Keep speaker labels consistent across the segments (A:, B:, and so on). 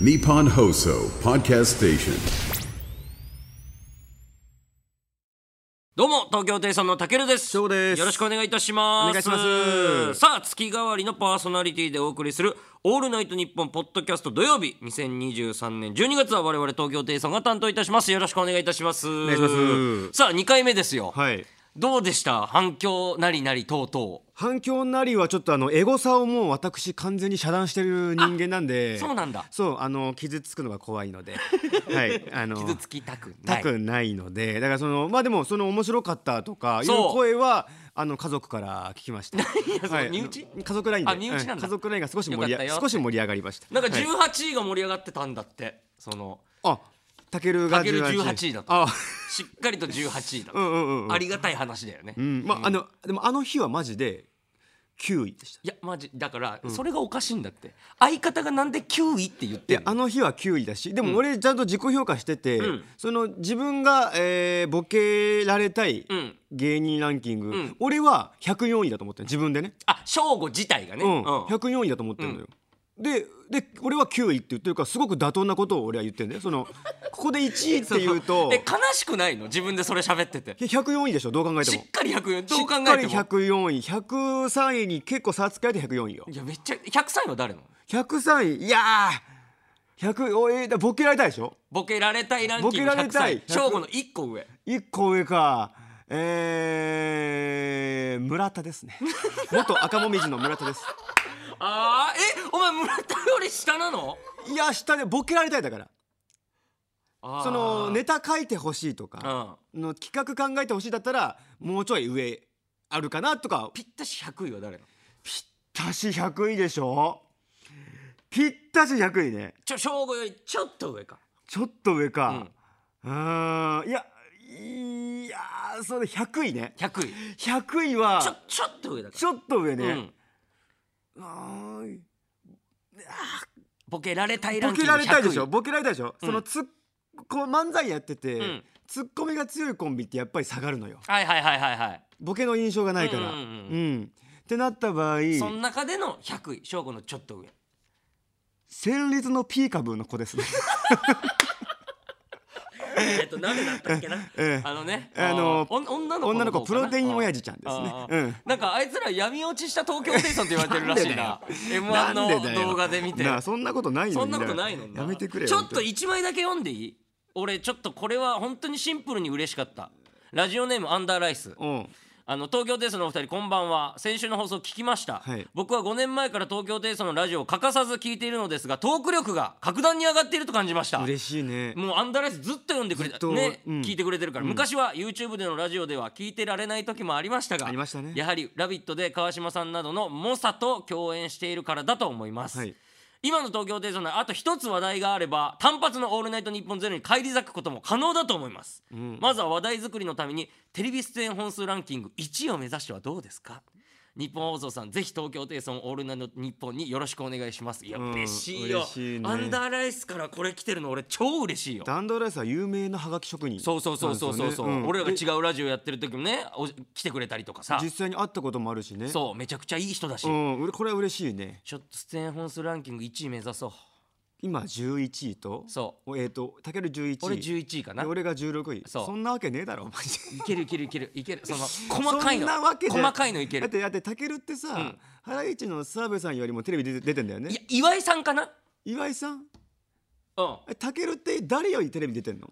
A: Nippon Hoso Podcast Station.
B: どうも東京テイソンのたけるです
C: 翔です
B: よろしくお願いいたします
C: お願いします
B: さあ月替わりのパーソナリティでお送りするオールナイトニッポンポッドキャスト土曜日2023年12月は我々東京テイソンが担当いたしますよろしくお願いいたしますお
C: 願いします
B: さあ2回目ですよ、
C: はい
B: どうでした反響なりなりとうと
C: 反響なりはちょっとあのエゴさをもう私完全に遮断してる人間なんで
B: そうなんだ
C: そうあの傷つくのが怖い のではいあの
B: う傷つきたくな
C: た
B: い
C: くないのでだからそのまあでもその面白かったとかいう
B: そう
C: 声はあの家族から聞きました
B: その
C: はい
B: 身内
C: あの家族ラインで
B: あ身内なんだ
C: はい家族ラインが少し盛り
B: よかった
C: あ
B: よ
C: 少し盛り上がりました
B: なんか
C: はい
B: 18位が盛り上がってたんだって、その
C: あタケルが
B: タケル18位だと
C: あ
B: しっかりと18位だ
C: うんうんうん
B: ありがたい話だよね、
C: うんまああのでもあの日はマジで9位でした
B: いやマジだからそれがおかしいんだって、相方がなんで9位って言っ
C: い
B: て
C: や
B: んの
C: あの日は9位だしでも俺ちゃんと自己評価してて、
B: ん
C: その自分が、えーボケられたい
B: うん
C: 芸人ランキング、
B: ん
C: 俺は104位だと思ってる自分でね、
B: あ省吾自体がね、
C: うん
B: うん
C: 104位だと思ってるのよ、でで俺は9位って言ってるからすごく妥当なことを俺は言ってんだよそのここで1位って言う と
B: え悲しくないの自分でそれ喋ってて
C: いや104位でしょどう考えて
B: し
C: も
B: っかり104どう考
C: しっか
B: え
C: り
B: ても
C: 104位103位に結構差つけられて104位よ
B: いやめっちゃ100歳は誰の
C: 103位いやー100おえーだボケられたでしょ
B: ボケられたいランキング
C: ボケられ
B: 100
C: た
B: 歳
C: い
B: 省吾の1個上
C: 一個上かえー、村田です ね元赤もみじの村田です
B: あーえお前村田より下なの
C: いや下でボケられたいだから
B: あー
C: そのネタ書いてほしいとか、の企画考えてほしいだったらもうちょい上あるかなとか
B: ぴったし100位は誰なの
C: 足し100位でしょぴったし100位ね
B: ちょ省吾よりちょっと上か
C: ちょっと上かうーんいやいやーそれ100位ね
B: 100位
C: 100位
B: ちょ
C: は
B: ちょっと上だか
C: ちょっと上ね
B: ら、うん、
C: あー
B: ボケられたいラ
C: ボ
B: ンキン
C: ケ
B: グ100
C: ら
B: 位
C: れたいでしょボケられたいでしょ、
B: うん
C: そのつっこう漫才やってて、
B: ん
C: ツッコミが強いコンビってやっぱり下がるのよ
B: はいはいはいはいはい
C: ボケの印象がないか
B: う
C: ら
B: う
C: うんん
B: んうん
C: ってなった場合
B: その中での100位翔吾のちょっと上
C: 戦慄のピーカブーの 子ですね
B: えっと誰だったっけな、
C: ええ
B: あのね
C: あの
B: おん女の子
C: 女の子
B: か
C: プ
B: な
C: ロテイン親父ちゃんですね
B: あー
C: うん
B: なんかあいつら闇落ちした東京テイソンって言われてるらしいな m 1
C: なんでだ
B: の
C: よ
B: 動画で見て
C: なあそんなことないの
B: そ
C: に
B: んなことないのに
C: やめてくれよ
B: ちょっ
C: 本当
B: と
C: に
B: 1枚だけ読んでいい俺ちょっとこれは本当にシンプルに嬉しかったラジオネームアンダーライス
C: うん
B: あの東京テイソンのお二人こんばんは先週の放送聞きました、
C: はい
B: 僕は5年前から東京テイソンのラジオを欠かさず聞いているのですがトーク力が格段に上がっていると感じました
C: 嬉しいね
B: もうアンダーライスずっと読んでくれ
C: ず
B: た
C: っと
B: ね、
C: うん
B: 聞いてくれてるから、昔は YouTube でのラジオでは聞いてられない時もありましたが
C: ありましたね
B: やはり「ラビット!」で川島さんなどの猛者と共演しているからだと思います、
C: はい
B: 今の東京テイソンならあと一つ話題があれば単発の「オールナイトニッポンゼロに返り咲くことも可能だと思います、まずは話題作りのためにテレビ出演本数ランキング1位を目指してはどうですか日本放送さんぜひ東京テイソンオールナイトニッポンによろしくお願いしますいや
C: うん
B: 嬉しいよ、
C: 嬉しいね
B: アンダーライスからこれ来てるの俺超嬉しいよ
C: ダンドライスは有名なハガキ職人
B: そうそうそうそうそうそう、
C: なんですよねん
B: 俺らが違うラジオやってる時もねお来てくれたりとかさ
C: 実際に会ったこともあるしね
B: そうめちゃくちゃいい人だし、
C: うん俺これは嬉しいね
B: ちょっと出演本数ランキング1位目指そう
C: 今11位と
B: そう
C: えっ、とたける11位
B: 俺11位かな
C: で俺が16位
B: そう
C: そんなわけねえだろマジで
B: いけるいけるいけるいけるそ の細かいの
C: そんなわけじゃ
B: 細かいのいけ
C: だっ
B: る
C: てだってたけるってさ、ハライチの澤部さんよりもテレビ出て出てんだよね
B: いや岩井さんかな
C: 岩井さ
B: う
C: ん
B: ん
C: えたけるって誰よりテレビ出てんの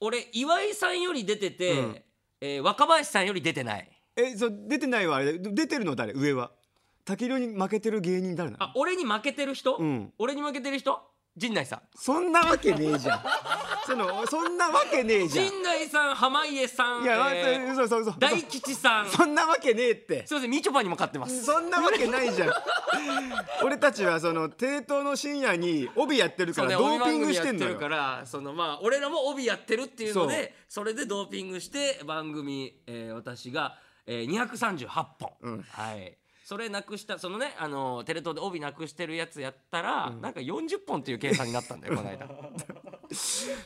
B: 俺岩井さんより出てて、
C: うん
B: えー若林さんより出てない
C: えそう出てないわあれ出てるのは誰上はたけるに負けてる芸人誰なの
B: あ俺に負けてる人、
C: うん
B: 俺に負けてる人陣内さん
C: そんなわけね えじゃんそのそんなわけねえじゃん
B: 陣内さん濱家さん
C: いや、
B: えー
C: 嘘嘘嘘嘘
B: 大吉さんす
C: そんなわけねえって
B: いませんみちょぱにも勝ってます
C: そんなわけな いじゃん俺たちはその帝東の深夜に帯やってる
B: そ
C: か
B: うね
C: らドーピング
B: 帯番組
C: してん
B: やって
C: の
B: る
C: よ
B: からそのまあ俺らも帯やってるっていうの
C: そ
B: でそれでドーピングして番組、えー私が、えー、238本、はいそれなくしたそのねあのテレ東で帯なくしてるやつやったら、なんか40本っていう計算になったん だよこの間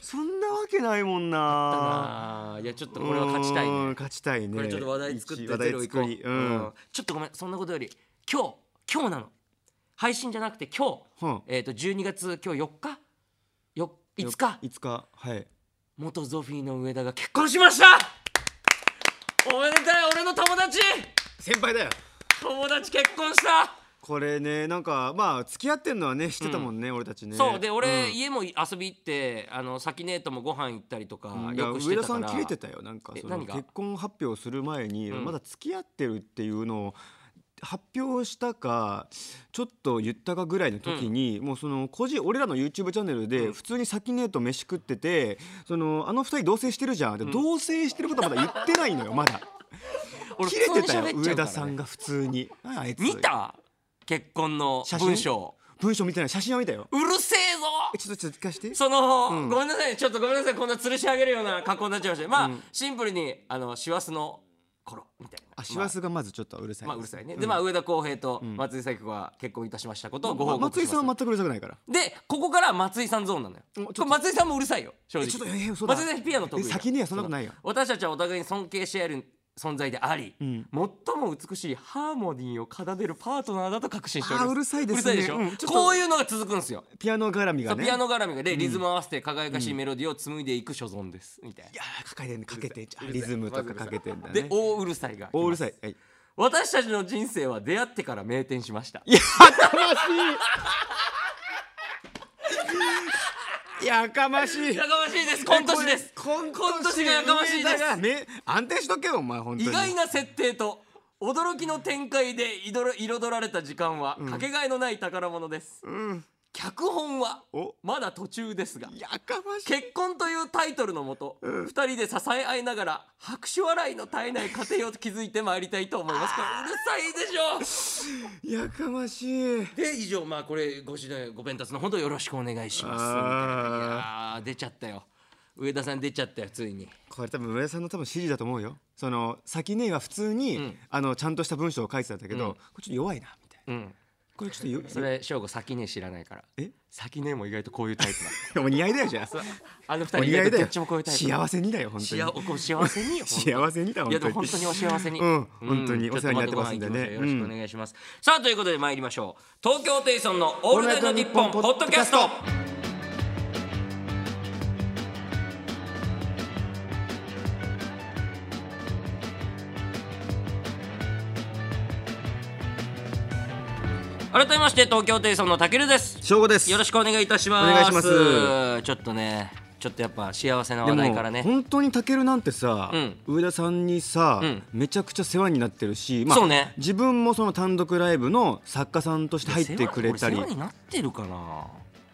C: そんなわけないもんな
B: あーいやちょっとこれは勝ちたい
C: うん
B: ね
C: 勝ちたいね
B: これちょっと話題作って
C: 一話
B: ゼ
C: 題
B: ロいこ
C: 作
B: う、
C: りう
B: うんんちょっとごめんそんなことより今日今日なの配信じゃなくて今日、
C: うん
B: えっ、と12月今日4日よ5日
C: 5日はい
B: 元ゾフィーの上田が結婚しましたおめでたい俺の友達
C: 先輩だよ
B: 友達結婚した
C: これねなんかまあ付き合ってんのはね知ってたもんね、俺たちね
B: そうで俺、
C: ん
B: 家も遊び行ってあのサキネートもご飯行ったりとか
C: いや
B: よくして
C: 上田
B: た
C: さ
B: か
C: ん
B: ら
C: 切れてたよなんか
B: え
C: その
B: 何が
C: 結婚発表する前に、
B: うん
C: まだ付き合ってるっていうのを発表したかちょっと言ったかぐらいの時に、もうその個人俺らの YouTube チャンネルで普通に先ねえと飯食っててそのあの二人同棲してるじゃんで、同棲してることはまだ言ってないのよま だ
B: 俺
C: 切れてたよ、
B: 普通に喋っちゃうか
C: 上
B: らね
C: 田さんが普通にああいつ
B: 見た結婚の
C: 写真
B: 文章
C: 文章見てない写真は見たよ
B: うるせえぞ
C: えちょっとちょっと聞かして
B: その、
C: ん
B: ごめんなさいちょっとごめんなさいこんな吊るし上げるような格好になっちゃいましたまあ、シンプルにあの師走の頃みたいな
C: あ師走がまずちょっとうるさい
B: まあうるさいね、でまあ上田浩平と松井咲子が結婚いたしましたことをご報告します、
C: 松井さんは全くうるさくないから
B: でここから松井さんゾーンなのよ
C: おちょっと
B: これ松井さんもうるさいよ正直
C: えちょっとええそうだ
B: 松井さんピアノ得意だ
C: え先にはそんなことないよ
B: そう私たちはお互いに尊敬し合える存在であり、最も美しいハーモニーを奏でるパートナーだと確信しております
C: あーうるさいですね
B: うるさいでしょ、
C: うんちょっと
B: こういうのが続くんですよ
C: ピアノ絡みが
B: そう
C: ね
B: ピアノ絡みがでリズム合わせて輝かしいメロディーを紡いでいく所存ですみたい
C: いやーかかれんかけてリズムとかかけてんだ
B: な、
C: ね
B: で大うるさいが来ます
C: 大うるさいはい
B: 私たちの人生は出会ってから名店しました
C: いやかましいやかましい
B: やかましいです今年です
C: これ
B: 今年がやかましいです
C: 上田がめ安定しとけよお前本当
B: 意
C: に
B: 外な設定と驚きの展開で彩彩られた時間はかけがえのない宝物です、脚本は
C: お
B: まだ途中ですが
C: やかましい
B: 結婚というタイトルのもと、二人で支え合いながら拍手笑いの絶えない家庭を築いてまいりたいと思いますこれうるさいでしょ
C: やかましい
B: で以上まあこれご指導ご弁達のほどよろしくお願いしますみたいな
C: あ
B: いやー出ちゃったよ上田さん出ちゃったよついに
C: これ多分上田さんの多分指示だと思うよその先ねは普通に、
B: ん
C: あのちゃんとした文章を書いてたんだけど、これちょっと弱いなみたいな
B: うん
C: これちょっとよ
B: それ省吾先ね知らないから
C: え
B: 先ねも意外とこういうタイプなの
C: お似合いだよじゃあ
B: あの二
C: お
B: 人意
C: 似合
B: 外と
C: いだ
B: ど
C: よ
B: っちもこういうタイプ
C: 幸せにだよ本当
B: 幸
C: に
B: お幸せ によ本当に
C: 幸せにだ
B: いやでも
C: 本
B: 本当にお幸せに、
C: うん本当にお世話になってますんでね
B: ちょっとまたご飯行きましょうよろしくお願いします、さあということで参りましょう東京テイソンのオールナイトニッポンポッドキャスト改めまして東京テイソンのたけるです
C: 正午です
B: よろしくお願いいたします
C: お願いします
B: ちょっとねちょっとやっぱ幸せな
C: で
B: 話題
C: も
B: からね
C: 本当にたけるなんてさ、
B: うん
C: 上田さんにさ、
B: うん
C: めちゃくちゃ世話になってるし、
B: そうね
C: 自分もその単独ライブの作家さんとして入ってくれた
B: 世話俺
C: り
B: 世話になってるかな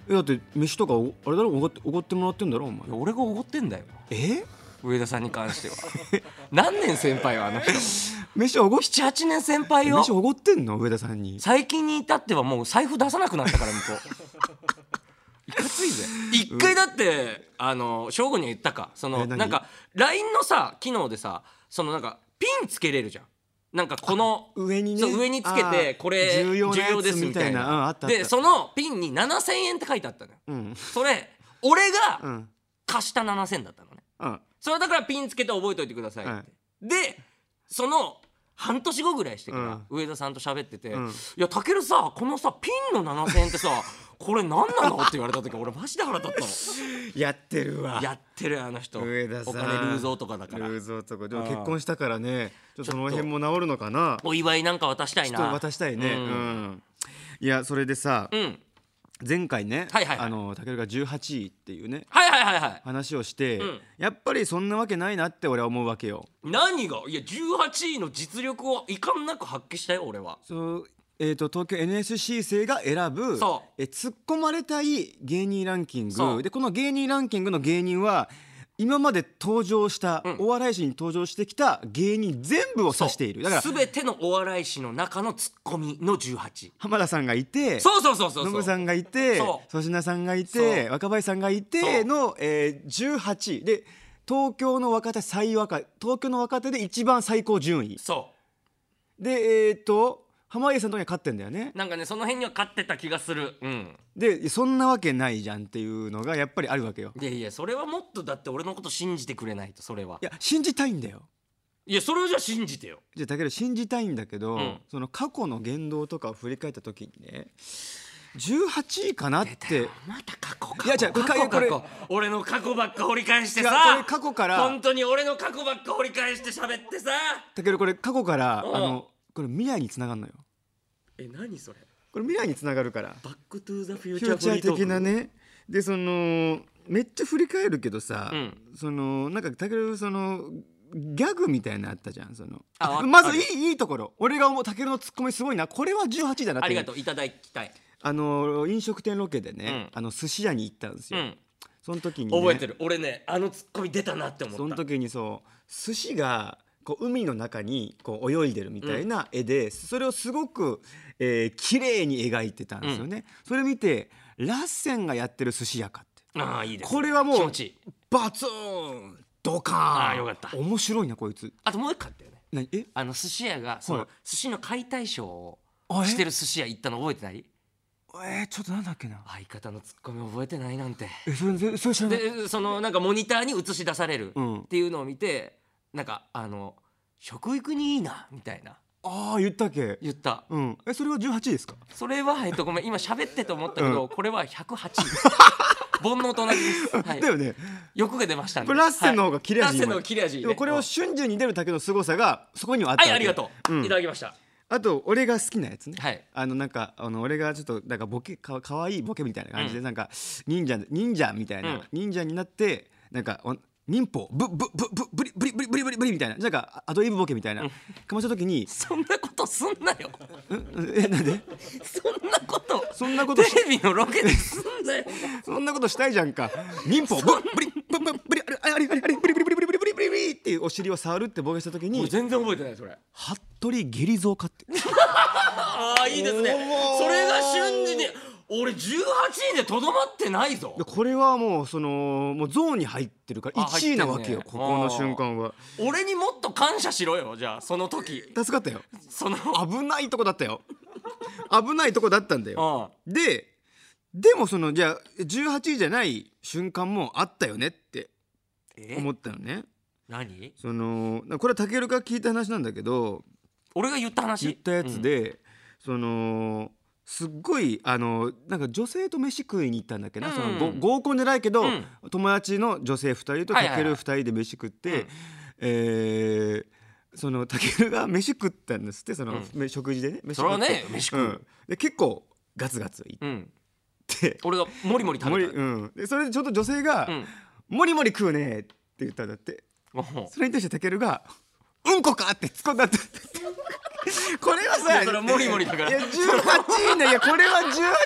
C: えだって飯とかおあれだろおごっておごってもらってんだろお前
B: いや俺がおごってんだよ
C: え
B: 上田さんに関しては 何年先輩はあの人
C: 飯おごっ
B: 78年先輩よ
C: 飯おごってんの上田さんに
B: 最近に至ってはもう財布出さなくなったから向こ ういかついぜ一回だってあの正吾には言ったかその
C: え何
B: なんか LINE のさ機能でさそのなんかピンつけれるじゃんなんかこの
C: 上にね
B: そう上につけ
C: あ
B: て
C: ー
B: これ重
C: 重要
B: 要
C: なやつ
B: ですみたい
C: みたいなう
B: な
C: んあったあった
B: でそのピンに7000円って書いてあったのよ
C: うん
B: それ俺
C: う
B: が
C: ん
B: 貸した7000だったのね
C: うん
B: それだからピンつけて覚えておいてくださいって、
C: は
B: でその半年後ぐらいしてから、上田さんと喋ってて「いやたけるさこのさピンの7000円ってさ これ何なの?」って言われた時俺マジで腹立った の
C: やってるわ
B: やってるよあの人
C: 上田さん
B: お金ルーズ男だから
C: ルーズ男でも結婚したからねちょっとその辺も治るのかな
B: お祝いなんか渡したい
C: ちょっと
B: な
C: 渡したいね、
B: う
C: うんんいやそれでさ、
B: うん
C: 前回ね、
B: はいはいはい
C: あのタケルが18位っていうね
B: はいはいはいはい
C: 話をして、
B: ん
C: やっぱりそんなわけないなって俺は思うわけよ。
B: 何がいや18位の実力を遺憾なく発揮したよ俺は
C: そうえー、と東京 NSC 生が選ぶ
B: そう
C: え突っ込まれたい芸人ランキン
B: そう
C: グでこの芸人ランキングの芸人は今まで登場した、
B: ん
C: お笑い師に登場してきた芸人全部を指しているだから
B: そう全てのお笑い師の中のツッコミの18
C: 浜田さんがいて
B: そうそうそうそうそう
C: ノブさんがいて
B: そ
C: 粗
B: う
C: 品さんがい
B: そ
C: て
B: う
C: 若林さんがい
B: そう
C: ての、えー、18位で東京の若手最若い東京の若手で一番最高順位
B: そう
C: でえっ、と濱家さんとかに勝ってんだよね
B: なんかねその辺には勝ってた気がするうん
C: でそんなわけないじゃんっていうのがやっぱりあるわけよ
B: いやいやそれはもっとだって俺のこと信じてくれないとそれはい
C: や信じたいんだよ
B: いやそれをじゃあ信じてよ
C: じゃあだけど信じたいんだけど、
B: うん
C: その過去の言動とかを振り返った時にね18位かなっ
B: 出た
C: て
B: よまた過去去過去
C: いや違う
B: 過去
C: これこれ
B: 過去俺の過去ばっか掘り返してさ
C: 違うこれ過去から
B: 本当に俺の過去ばっか掘り返して喋ってさ
C: たけどこれ過去からあ
B: うん
C: のこれ未来につながるのよ
B: え何それ
C: これ未来につながるから
B: バックトゥーザフュー
C: フ
B: チ
C: ュ
B: ャー
C: ーチャー的な
B: ね
C: ねでそのめっちゃ振り返るけどさ、
B: うん
C: そのなんかたけどそのギャグみたいなのあったじゃんその
B: あわ
C: ま
B: あ
C: ず
B: る
C: いいいいところ俺が思うたけるのツッコミすごいなこれは18だなって
B: ありがとういただきたい、
C: あの飲食店ロケでね、
B: う
C: あの寿司屋に行ったんです
B: う
C: よ、
B: ん、
C: その時に、ね、
B: 覚えてる俺ねあのツッコミ出たなって思った
C: その時にそう寿司がこう海の中にこう泳いでるみたいな絵で、それをすごく、えー、綺麗に描いてたんですよね、それ見てラッセンがやってる寿司屋かって
B: ああいいですね
C: これはもう
B: 気持ちいい
C: バツーンドカーン
B: あーよかった
C: 面白いなこいつ
B: あともう一個あったよね
C: 何え
B: あの寿司屋がそ
C: は
B: の
C: い
B: 寿司の解体ショーを
C: あえ
B: してる寿司屋行ったの覚えてない
C: えー、ちょっとなんだっけな
B: 相方のツッコミ覚えてないなんて
C: えそれそれそれ知らない
B: でそのなんかモニターに映し出される
C: うん
B: っていうのを見て、なんかあの食育にいいなみたいな
C: ああ言ったっけ
B: 言った
C: うんえそれは18ですか
B: それは、えっと、ごめん今喋ってと思ったけど、これは108 煩悩と同じです、はい
C: だ、よね
B: 欲が出ましたんで
C: これラッセンの方が切れ
B: は
C: 味
B: い
C: い
B: ラ
C: い
B: ッセン
C: も
B: の
C: ん
B: 方が切れ味いい、
C: で
B: ね、
C: もこれ
B: う
C: を
B: ん
C: 瞬時に出るだけの凄さがそこにはあった
B: はい
C: わけ
B: ありがとう、
C: ん
B: いただきました
C: あと俺が好きなやつね、
B: はい
C: あのなんかあの俺がちょっとなんかボケかかわいいボケみたいな感じで、なんか忍者忍者みたいな、
B: うん
C: 忍者になってなんかお忍法ブブブブブリブリブリブリブリブリみたいななんかアドリブボケみたいな、かました時に
B: そんなことすんなよ
C: 「んえなんで
B: そんなこと
C: そんなことし
B: テレビのロケですん なよ
C: そんなことしたいじゃんか忍法ブブリブブブリあれあれあれあれブリブリブリブリブリブリブリブリ」っていうお尻を触るってボケした時
B: もう
C: に
B: 全然覚えてないそれ
C: 服部下痢増加って
B: ああいいですね
C: おー
B: それが瞬時に俺18位でとどまってないぞ
C: でこれはもうそのもうゾーンに入ってるから
B: あ
C: 1位なわけよ、
B: 入って
C: こ
B: んね
C: この瞬間は
B: 俺にもっと感謝しろよじゃあその時
C: 助かったよ
B: その
C: 危ないとこだったよ危ないとこだったんだよ
B: あ
C: ででもそのじゃあ18位じゃない瞬間もあったよねって
B: え
C: 思ったのね
B: 何
C: そのこれはたけるが聞いた話なんだけど
B: 俺が言った話
C: 言ったやつ、で、そのすっごいあのなんか女性と飯食いに行ったんだっけな、
B: うん
C: そのご合コンじゃないけど、
B: うん
C: 友達の女性2人と
B: はいは
C: た
B: い
C: け
B: はい
C: る2人で飯食って、
B: うん
C: えーそのたけるが飯食ったんですってその、め食事でね飯
B: それ
C: 食
B: は
C: って
B: ね飯食う
C: うんで結構ガツガツいっ
B: うんうん、
C: て、
B: 俺がもりもり食
C: もり
B: べた
C: うん、でそれでちょっと女性が
B: うん
C: 「もりもり食うね」って言ったんだって。
B: もう
C: それに対してたけるが「うんこか!」って突っ込んだって これはいさ
B: やそれはモリモリだから
C: いや18位ねいやこれは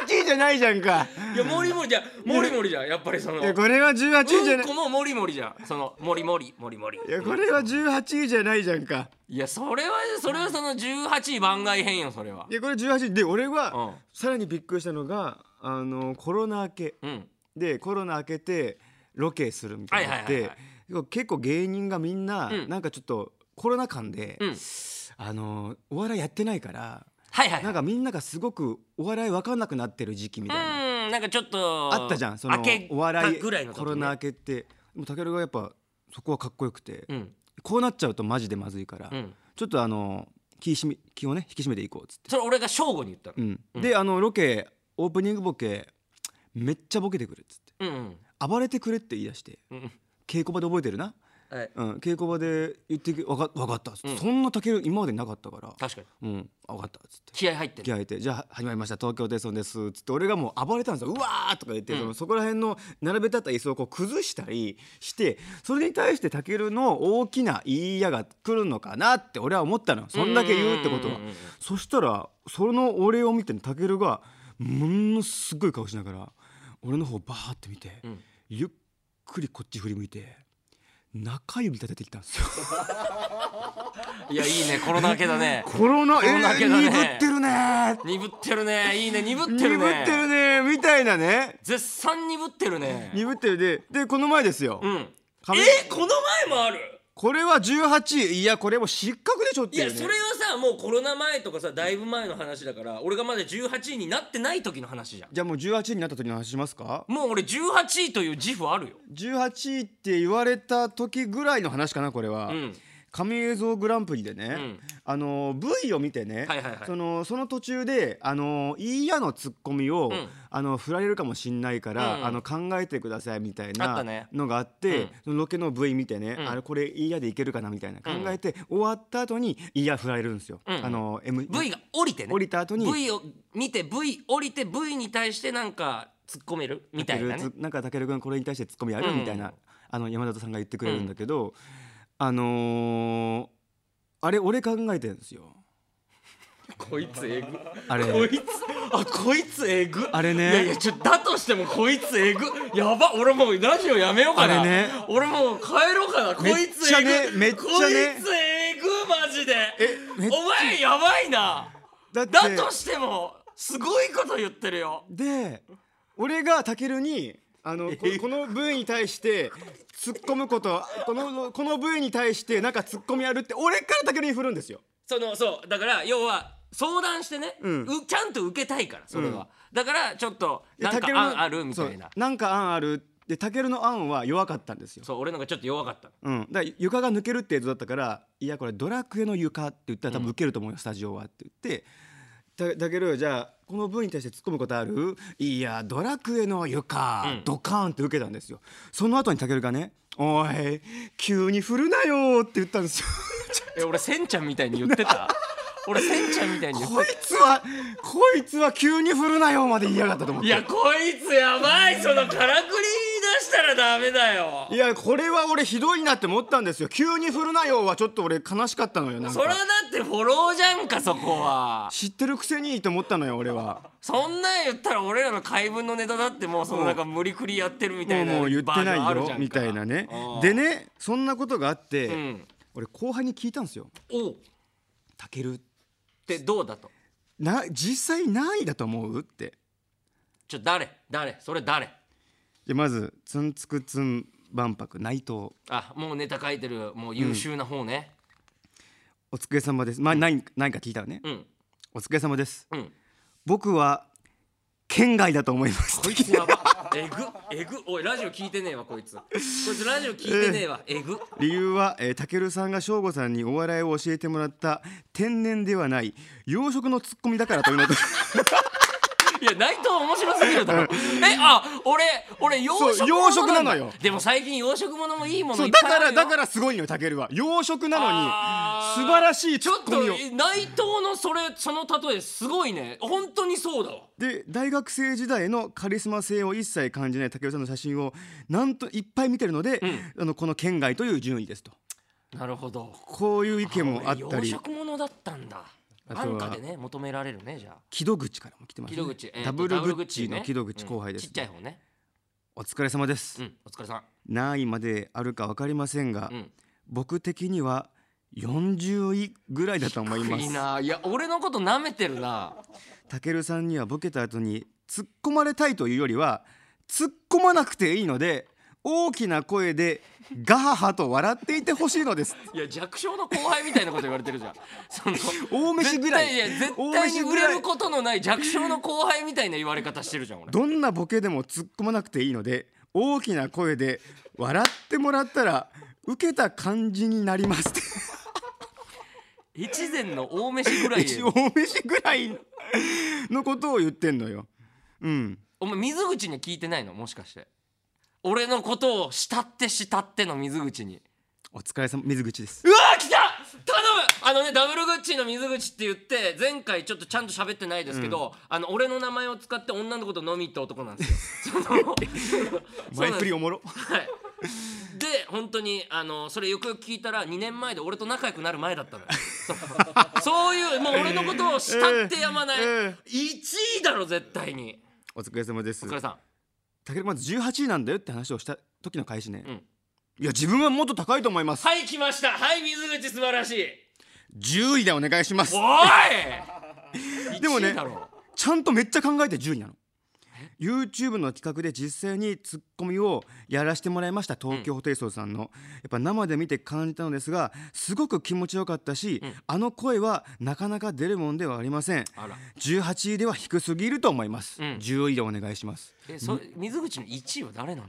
C: 18位じゃないじゃんか
B: いやもりもりじゃんもりもりじゃんやっぱりその
C: いやこれは18位 じゃ
B: うん
C: ない、
B: こももりもりじゃんそのもりもりもりもり
C: いやこれは18位じゃないじゃんか
B: いやそれはそれはその18位番外編よそれはい
C: やこれ18位で俺は
B: うん
C: さらにびっくりしたのがあのコロナ明け
B: うん
C: でコロナ明けてロケするみたいにな
B: はい
C: っ
B: はい
C: て
B: はい
C: 結構芸人がみんな、
B: うん
C: なんかちょっとコロナ禍で、
B: うん
C: あのお笑いやってないから
B: はいはい
C: なん
B: か
C: かみんながすごくお笑い分かんなくなってる時期み
B: う
C: たいな、
B: んなんかちょっと
C: あったじゃんその
B: 明け
C: お笑い
B: ぐらいの時ね
C: コロナ明けってでもたけるがやっぱそこはかっこよくて、
B: うん
C: こうなっちゃうとマジでまずいから、
B: うん
C: ちょっとあの気しめ気をね引き締めていこうっつって、
B: それ俺が正吾に言った
C: うんであのロケオープニングボケめっちゃボケてくれっつって
B: のうん
C: 暴れてくれって言い出して
B: うん
C: 稽古場で覚えてるな、
B: うんはい
C: うん、稽古場で言ってきわかわかったっつって、
B: うん
C: そんなたける今までなかったから
B: 確かに
C: うん分かったっつって
B: 気合入って
C: 気
B: る
C: 合いてじゃあ始まりました東京テイソンです」つって俺がもう暴れたんですよ「うわー!」とか言って、そのそこら辺の並べ立った椅子をこう崩したりしてそれに対してたけるの大きな言いやが来るのかなって俺は思ったのそんだけ言うってことは
B: うんうんうんうん
C: そしたらその俺を見てたけるがものすごい顔しながら俺の方バーって見て、
B: ん
C: ゆっくりこっち振り向いて中指立ててきたんですよ。
B: いやいいねコロナ明けだ ね
C: コロナ、
B: コロナ明けだね
C: えー鈍ってるねー
B: 鈍ってるねいいね鈍って
C: 鈍
B: るね
C: ってるねーみたいなね
B: 絶賛鈍ってるね
C: 鈍ってるででこの前ですよ、
B: うん
C: 髪
B: えこの前もある
C: これは18位いやこれもう失格でしょって
B: い
C: いう、
B: や
C: ね、
B: それはさもうコロナ前とかさだいぶ前の話だから俺がまだ18位になってない時の話じゃん
C: じゃあもう18位になった時の話しますか
B: もう俺18位という自負あるよ
C: 18位って言われた時ぐらいの話かなこれは、
B: うん
C: 神映像グランプリでね、
B: ん
C: あの V を見てね、
B: はいはいはい
C: そのその途中で「あのいいや」のツッコミを、
B: ん
C: あの振られるかもしんないから、
B: うん
C: あの考えてくださいみたい
B: あった
C: な
B: ね
C: のがあって
B: うん
C: そのロケの V 見てね、
B: うん
C: あれこれ「いいや」でいけるかなみたいな考えて、終わった後に「いいや」振られるんですよ。
B: うん
C: あの M
B: V が降りてね
C: 降りた後に
B: V を見て V 降りて V に対してなんか突っ込めるみたいなね
C: つなんかたける君これに対してツッコミある、
B: うん
C: みたいなあの山里さんが言ってくれるんだけど、あのーあれ俺考えてるんですよ
B: こいつえぐ
C: あれ
B: こいつあこいつえぐ
C: あれね
B: いやいやちょだとしてもこいつえぐやば俺もうラジオやめようかな
C: あれね
B: 俺もう帰ろうかなこいつえぐ
C: めっちゃねめっちゃね
B: こいつえぐマジで
C: めっちゃ
B: お前やばいな
C: だって
B: だとしてもすごいこと言ってるよ
C: で俺がたけるにあのここの部位に対して突っ込むことこのこの部位に対してなんか突っ込みあるって俺からたけるに振るんですよ
B: そのそうだから要は相談してね、
C: うん
B: うちゃんと受けたいからそれは、だからちょっと
C: で
B: なんか
C: たけるの
B: 案あるみたいな
C: そうなんか案あるでたけるの案は弱かったんですよ
B: そう俺のがちょっと弱かった
C: うん、だから床が抜けるって映像だったから「いやこれドラクエの床」って言ったら多分受けると思うよ、スタジオはって言ってだだけどじゃあこの文に対して突っ込むことあるいやドラクエの床、
B: うん
C: ドカーンって受けたんですよその後にたけるがね「おい急に振るなよ」って言ったん ですよ
B: え俺せんちゃんみたいに言って た俺せんちゃんみたいに言って
C: こいつはこいつは急に振るなよまで言いやがったと思っ
B: い
C: て
B: やこいつやばいそのからくり出したらダメだよ
C: いやこれは俺ひどいなって思ったんですよ急に振るなよはちょっと俺悲しかったのよなん
B: それは
C: か
B: だってフォローじゃんかそこは
C: 知ってるくせにいいと思ったのよ俺は。
B: そんなん言ったら俺らの怪文のネタだってもうそのなんか無理くりやってるみたいな
C: もうもう言って
B: バージョンあ
C: ない
B: るじゃ
C: よ
B: んか
C: みたいなね
B: ああ
C: でねそんなことがあって、
B: うん
C: 俺後輩に聞いたんですよ
B: おうっ
C: 「たける
B: てどうだと
C: な実際何位だと思う?」って
B: ちょ誰誰それ誰
C: でまず「ツンツクツン万博内藤
B: あもうネタ書いてるもう優秀な方ね
C: お疲れ様です」まあ何何か聞いたわね、
B: うん
C: お疲れ様です
B: うん、
C: 僕は県外だと思いま す」
B: こいつやばえぐえぐおいラジオ聞いてねえわこいつこいつラジオ聞いてねえ わえぐ
C: 理由は、えー、たけるさんが省吾さんにお笑いを教えてもらった天然ではない養殖のツッコミだからというの と
B: いや内藤面白すぎるだろえあ俺俺洋食
C: そう洋食
B: も
C: な
B: の
C: の
B: だ
C: よ
B: でも最近洋食ものもいいも
C: そ
B: のいうっ
C: だ
B: ぱい
C: か
B: あ
C: ら
B: るよ
C: だからすごいのよたけるは養殖な
B: あー
C: のに素晴らしい
B: ち
C: ツ
B: ょっ
C: ッ
B: と
C: コミを
B: え内藤のそれその例えすごいね本当にそうだわ
C: で大学生時代のカリスマ性を一切感じない武雄さんの写真をなんといっぱい見てるので、あのこの県外という順位ですと
B: なるほど
C: こういう意見もあった
B: 洋
C: り
B: 食ものだったんだ
C: あとは
B: 安価でね求められるねじゃあ
C: 木戸口からも来てます、
B: 木
C: ね、
B: 戸口、えーと
C: ダブルグッチ
B: ダ
C: の
B: ブ
C: 木
B: ル
C: 戸
B: グッチ
C: 口後輩です、
B: うんちっちゃい方ね
C: お疲れ様です、
B: うんお疲れさん
C: 何位まであるか分かりませんが、
B: うん
C: 僕的には40位ぐらいだと思いま
B: いい
C: す
B: ないや俺のこと舐めてるな
C: 武さんにはボケた後に突っ込まれたいというよりは突っ込まなくていいので大きな声でガハハと笑っていてほしいのです
B: いや弱小の後輩みたいなこと言われてるじゃん その
C: 大飯ぐらい
B: 絶対や絶
C: 大
B: 対に
C: 飯
B: 売
C: ぐらい
B: れることのない弱小の後輩みたいな言われ方してるじゃん俺
C: どんなボケでも突っ込まなくていいので大きな声で笑ってもらったら受けた感じになりますって
B: 越前の大飯ぐ らい
C: 大飯ぐらいのことを言ってんのよ。うん、
B: お前水口には聞いてないのもしかして俺のことを慕って慕っての水口に
C: お疲れ様水口です
B: うわー来た頼むあのねダブルグッチの水口って言って前回ちょっとちゃんと喋ってないですけど、あの俺の名前を使って女の子と飲み行った男なんです よその
C: 前振りおもろ
B: はい、で本当にあのそれよくよく聞いたら2年前で俺と仲良くなる前だったのよそうそういうもう俺のことを慕ってやまない、
C: えーえー
B: 1位だろ絶対に
C: お疲れ様です
B: お疲れさん
C: たけるまず18位なんだよって話をした時の開始ね、
B: うん
C: いや自分はもっと高いと思います
B: はい来ましたはい水口素晴らし い
C: 10位でお願いします
B: おい
C: でもね
B: 1位だろ
C: ちゃんとめっちゃ考えて10位なの YouTube の企画で実際にツッコミをやらせてもらいました東京ホテイソンさんの、やっぱ生で見て感じたのですがすごく気持ちよかったし、あの声はなかなか出るもんではありません
B: あら
C: 18位では低すぎると思います、
B: うん
C: 10位でお願いします
B: ええそ水口の1位は誰なの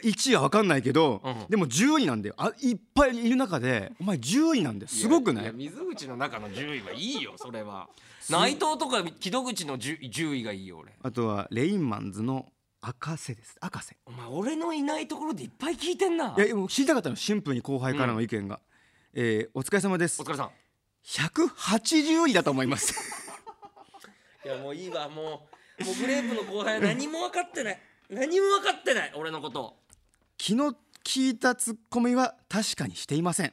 C: 1位は分かんないけど、
B: うん
C: でも10位なんだよあいっぱいいる中でお前10位なんだよすごくない
B: やや水口の中の10位はいいよそれは 内藤とか木戸口の 10, 10位がいいよ俺
C: あとはレインマンズの赤瀬です赤瀬
B: お前俺のいないところでいっぱい聞いてんない
C: やもう知りたかったのシンプルに後輩からの意見が、えーお疲れ様です
B: お疲れさん
C: 180位だと思います
B: いやもういいわもうもうグレープの後輩は何も分かってない 何も分かってない俺のこと
C: 気の利いたツッコミは確かにしていません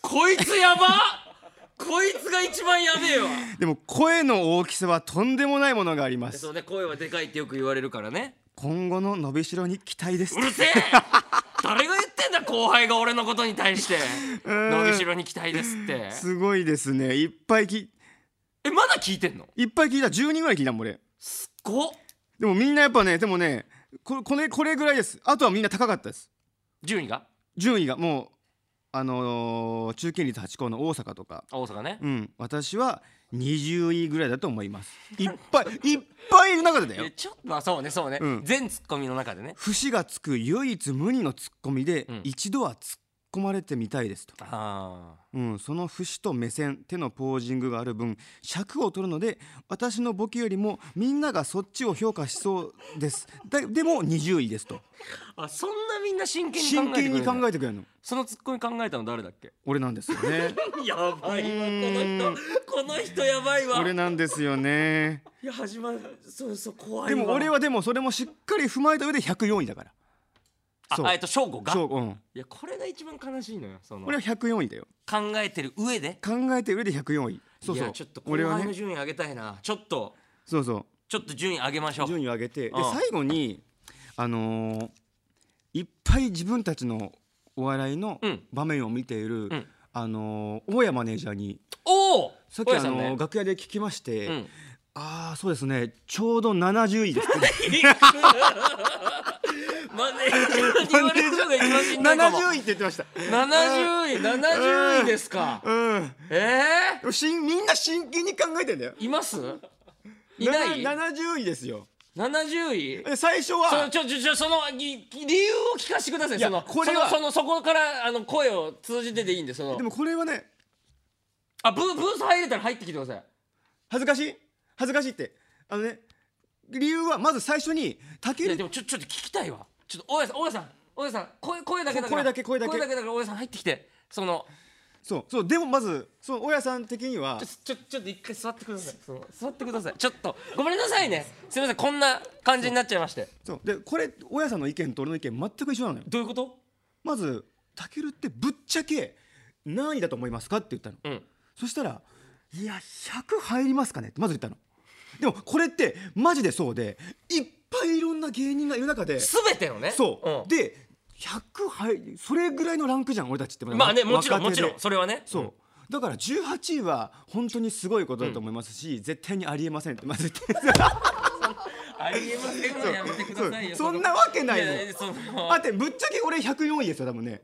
B: こいつ やばっこいつが一番やべえわ
C: でも声の大きさはとんでもないものがあります
B: そうね声はでかいってよく言われるからね
C: 今後の伸びしろに期待です
B: うるせえ誰が言ってんだ後輩が俺のことに対 して伸びしろに期待ですって
C: すごいですねいっぱいき
B: えまだ聞いてんの
C: いっぱい聞いた10人ぐらい聞いたもん俺
B: こ
C: でもみんなやっぱねでもねここれこれぐらいですあとはみんな高かったです
B: 順位が
C: 順位がもうあのー中堅率8校の大阪とか
B: あ大阪ね
C: うん私は20位ぐらいだと思いますいっぱいいっぱいいる中でだよ
B: えちょっとまあそうねそうね、
C: うん
B: 全ツッコミの中でね
C: 節がつく唯一無二のツッコミで、
B: ん
C: 一度は突っ込まれてみたいですと、
B: あ
C: うん、その節と目線手のポージングがある分尺を取るので私のボケよりもみんながそっちを評価しそうですだでも20位ですと
B: あそんなみんな真剣に考えて
C: 真剣
B: くれ
C: に
B: る
C: 考えてくれるの
B: そのツッコミ考えたの誰だっけ
C: 俺なんですよ ね
B: やばいわこの人この人やばいわ
C: 俺なんですよ ね
B: いや始まるそうそう怖い
C: で
B: わ
C: も俺はでもそれもしっかり踏まえた上で104位だから
B: ああえっと翔吾が
C: そう、うん、
B: いやこれが一番悲しいのよその
C: 俺は104位だよ
B: 考えてる上で
C: 考えて上で104位そう
B: い
C: そ
B: や
C: う
B: ちょっと後
C: 俺は
B: 輩の
C: ね
B: 順位上げたいな、ちょっと
C: そうそ
B: ちょっと順位上げましょ
C: う
B: う
C: 順位を上げてで
B: うん
C: 最後にあのーいっぱい自分たちのお笑いの
B: うん
C: 場面を見ている、
B: ん
C: あのー大家マネージャーに
B: おお
C: さっき、あのー
B: ね
C: 楽屋で聞きまして、
B: うん
C: ああそうですねちょうど70位です
B: マネージャーに言われるのが一番しんどいかも
C: 70位って言ってました
B: 70位70位ですか
C: うん
B: ええ
C: しんみんな真剣に考えてんだよ
B: いますいない
C: な70位ですよ
B: 70位
C: え最初
B: その
C: は
B: ちょちょちょそのい理由を聞かせてください
C: いや
B: その
C: これは
B: そのそのそこからあの声を通じてでいいんでその
C: でもこれはね
B: あブーブース入れたら入ってきてください
C: 恥ずかしい恥ずかしいってあのね理由はまず最初に
B: いや
C: 竹
B: でもちょちょっと聞きたいわちょっと大家さん大家さん大家さん声声だけだから
C: 声だけ声だけ
B: 声だけだから大家さん入ってきてその
C: そうそうでもまずその大家さん的には
B: ちょちょちょっと一回座ってくださいその座ってくださいちょっとごめんなさいねすみませんこんな感じになっちゃいまして
C: そうでこれ大家さんの意見と俺の意見全く一緒なのよ
B: どういうこと
C: まずたけるってぶっちゃけ何位だと思いますかって言ったの、
B: うん
C: そしたら「いや100入りますかね」ってまず言ったのでもこれってマジでそうでいっぱいいろんな芸人がいる中です
B: べてのね
C: そう、
B: ん
C: で100入それぐらいのランクじゃん俺たちって
B: まあねもちろんも
C: 若手
B: ち
C: で
B: ろんそれはね
C: そう、だから18位は本当にすごいことだと思いますし、絶対にありえませんってまず言って
B: ありえませんわやめてくださいよ
C: そうそんなわけないよ
B: ややその
C: あってぶっちゃけ俺104位ですよ多分ね、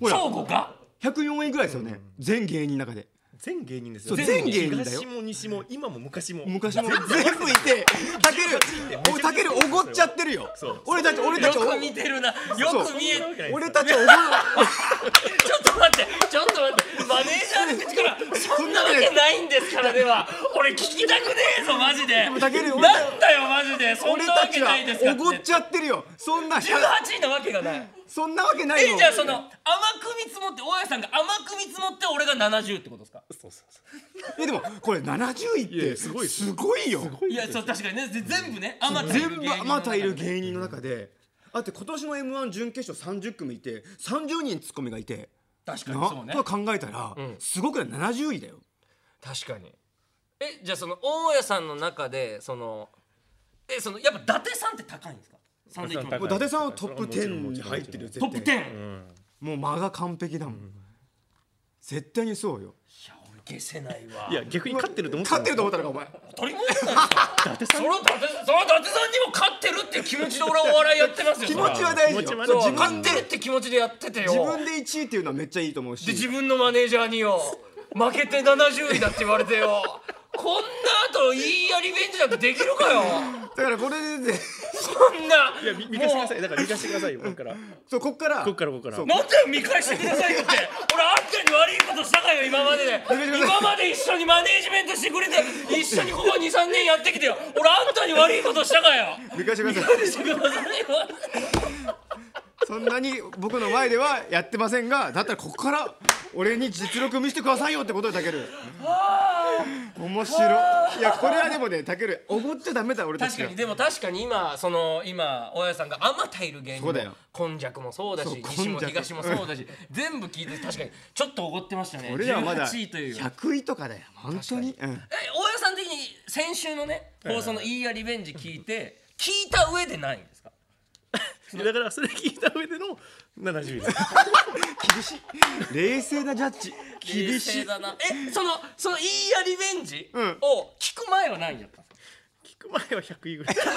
C: ほら
B: 正吾が
C: 104位ぐらいですよね、全芸人の中で
D: 全芸人です
C: そう
D: よ
C: 全芸人だよ
D: 東も西も今も昔も
C: 昔も全部いてたけるおたけるおごっちゃってるよ
D: そう
C: 俺たち俺た
B: よ
C: ちお
B: く見てるなよく見え
D: そう
C: 俺たちお
B: ち
C: ご
B: ょっと待ってちょっと待ってマネージャーの口からそんなわけないんですからでは俺聞きたくねえぞマジで
C: もたける
B: なん
C: 俺た
B: だよマジでそん
C: 俺
B: なわ
C: た
B: け
C: ち
B: ないです
C: は
B: か
C: お
B: って
C: ごっちゃってるよそんな
B: 18位なわけがない
C: そんなわけない
B: え
C: よ
B: じゃあその甘く見積もって大家さんが甘く見積もって俺が70ってことですか
D: そうそうそう
C: いやでもこれ70位っ
D: いやい
C: て
D: や
C: す
D: す
C: ご
D: ご
C: い
D: いですよ
C: よ
B: いやそう確かにねぜ全部ね甘
C: 全部あまたいる芸人の中であって今年の m 1準決勝30組いて30人ツッコミがいて
B: 確か
C: な
B: にそうね
C: と考えたらすごくない70位だよ
B: 確かにえじゃあその大家さんの中でそのえそのやっぱ伊達さんって高いんですかサンドイッチマン
C: も
D: 高
C: う
D: い
C: 伊達さんはトップ10に入ってるよ絶
B: ト
C: 対
B: ップ 10!
C: もう間が完璧だもん絶対にそうよ
B: いや俺消せないわ
D: いや逆に勝ってると思って
C: 勝ってると思ったのかお前
B: 当たり前じゃないですかその伊達さんその伊達さんにも勝ってるって気持ちで俺はお笑いやってますよ
C: 気持ちは大事よ
D: 気持ちはね
C: そう
B: そう
C: 自
B: 勝
C: 分
B: っ
C: で
B: てるって気持ちでやっててよ
C: 自分で1位っていうのはめっちゃいいと思う
B: で自
C: し
B: 分のマネージャーによ負けて70位だって言われてよこんな後いいやリベンジなんてできるかよ
C: だからこれで
B: こんない
D: や見見返してくださ
B: い
D: いだから見返してくださいよこれから
C: そうこっから
D: こっからこっから
C: そう
B: なんだよ見返してくださいよって俺あんたに悪いことしたかよ今までで今まで一緒にマネージメントしてくれて一緒にここ23年やってきてよ俺あんたに悪いことしたか よ
C: 見返してください
B: 返してくださいよ
C: そんなに僕の前ではやってませんがだったらここから俺に実力見せてくださいよってことでたける面白いいやこれはでもねたけるおごっちゃダメだ俺た
B: 確
C: ち
B: か
C: が
B: にでも確かに今その今大家さんがあまたいる芸人
C: そ
B: も
C: うだよ
B: 今昔もそうだし
C: そう
B: 西も
C: 今昔
B: 東もそうだ し全部聞いて確かにちょっとおごってましたね
C: 俺らはまだ
B: 18位という
C: 100位とかだよ本当にうん
B: え大家さん的に先週のね放送の「いいやリベンジ」聞いて聞いた上でないんですか
D: いやだからそれ聞いた上での70位です
C: 厳しい冷静なジャッジ厳し
B: 冷静
C: い
B: だなえそのその「いいやリベンジ」
C: ん
B: を聞く前は何やったんですか
D: 聞く前は100位ぐらい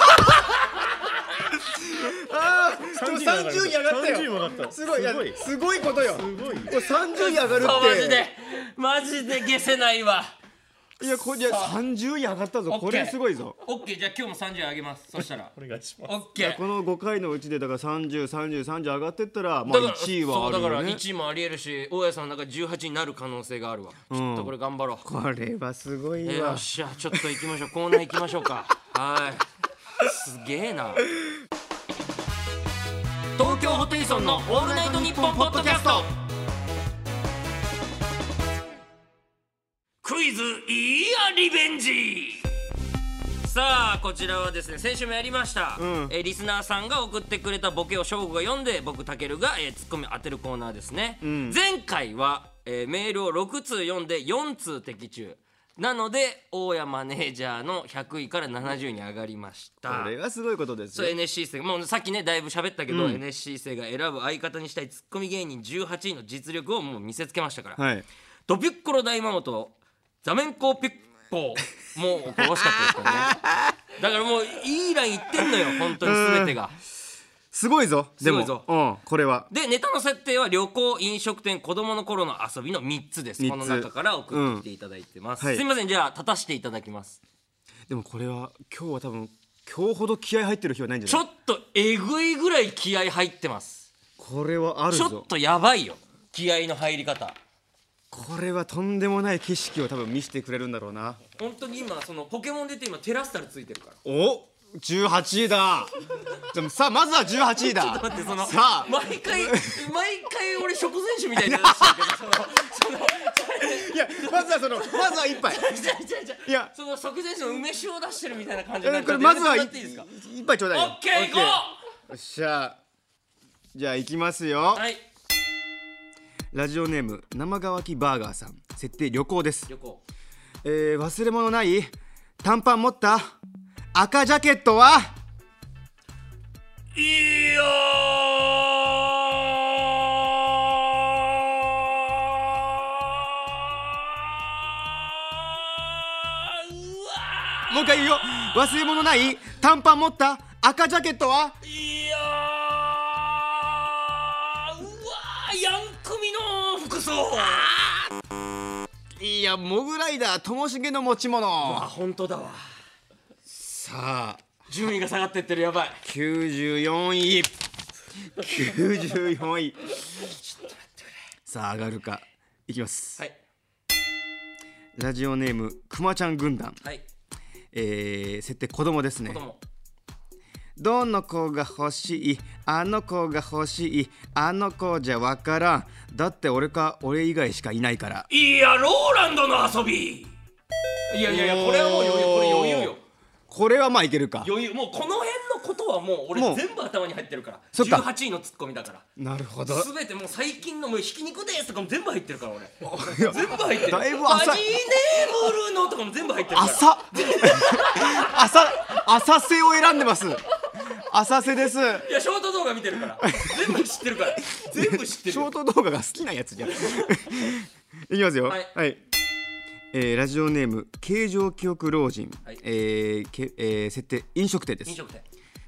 C: ああちょ
D: 30位上がった30位上がった
C: すごいいや
D: すごい
C: すごいことよ
D: すごい
C: これ30位上がる
B: そうマジ
C: っ
B: でマジで消せないわ
C: ていやこれいや30位上がったぞこ
B: オッ
C: れ
B: ケー
C: すごいぞ
B: オッケーじゃあ今日も30あげますそした ら
D: お願いします
B: オッケー
C: この5回のうちでだから303030上がってったらまあ
B: だから
C: 1位はある
B: そうだ
C: よ
B: から
C: ね
B: 1位もありえるし大家さんの中18になる可能性があるわ、ちょっとこれ頑張ろう
C: これはすごい
B: えーよ
C: わ
B: っしゃちょっと行きましょうコーナー行きましょう かはいすげえな東京ホテイソンの「オールナイトニッポン」ポッドキャストクイズいやリベンジさあこちらはですね先週もやりました、えーリスナーさんが送ってくれたボケを翔吾が読んで僕たけるが、えー、ツッコミ当てるコーナーですね、前回は、えーメールを6通読んで4通的中なので大家マネージャーの100位から70位に上がりました
C: これはすごいことです
B: そう
C: よ
B: NSC 生もうさっきねだいぶ喋ったけど、NSC 生が選ぶ相方にしたいツッコミ芸人18位の実力をもう見せつけましたから、
C: はい
B: ドピュッコロ大魔王ザメンコピュッコもう惜しかったですからねだからもういいラインいってんのよ本当に全てが
C: すごいぞです
B: ご
C: も
B: いぞ
C: うんこれは
B: でネタの設定は旅行飲食店子供の頃の遊びの3つです
C: 三つ
B: この中から送ってきていただいてます、
C: うんはい
B: すいませんじゃあ立たせていただきます
C: でもこれは今日は多分今日ほど気合入ってる日はないんじ
B: ち
C: ゃ
B: ょ
C: ない
B: っとえぐいぐらい気合入ってます
C: これはある
B: ちょっ
C: ぞ
B: とやばいよ気合の入り方
C: これはとんでもない景色を多分見せてくれるんだろうな
B: 本当に今そのポケモンで言って今テラスタルついてるから
C: お18位だでもさあまずは18位だ
B: 待ってその
C: さあ
B: 毎回毎回俺食前酒みたいになってた けどそのその
C: いや まずはそのまずは1 杯
B: じゃじゃじゃ
C: いや
B: その食前酒の梅酒を出してるみたいな感じにな
C: え
B: る
C: こ
B: か
C: れ
B: ら
C: まずは
B: や
C: い
B: っていいですか
C: 一杯ちょう
B: オ
C: だいよ
B: ッケー行こ
C: よっしゃじゃあ行きますよ、
B: うはい
C: ラジオネーム生乾きバーガーさん設定旅行です
B: 旅行
C: えー忘れ物ない短パン持った赤ジャケットはい
B: いよ
C: もう一回言うよ忘れ物ない短パン持った赤ジャケットはい
B: やーうわーヤンクミの服装
C: いやモグライダーともしげの持ち物
B: あ本当だわ
C: さあ
B: 順位が下がってってるやばい
C: 94位94位さあ上がるかいきます、
B: はい
C: ラジオネームくまちゃん軍団、
B: はい
C: えー設定子供ですね
B: 子供
C: どの子が欲しいあの子が欲しいあの子じゃわからんだって俺か俺以外しかいないから
B: いやローランドの遊びいやいやいやこれはもう余裕これ余裕よ
C: これはまあいけるか
B: 余裕もうこの辺のことはもう俺
C: もう
B: 全部頭に入ってるから
C: そっか
B: 18位のツッコミだから
C: なるほど
B: 全てもう最近のもうひき肉ですとかも全部入ってるから俺全部入ってる
C: だいぶ浅い
B: マジネーブルのとかも全部入ってるから
C: 浅浅浅瀬を選んでます浅瀬です
B: いやショート動画見てるから全部知ってる から全部知って
C: シ
B: る
C: ョート動画が好きなやつじゃん いきますよ
B: はい
C: えーラジオネーム形状記憶老人、
B: はい
C: えーけえー設定飲食店です
B: 飲食店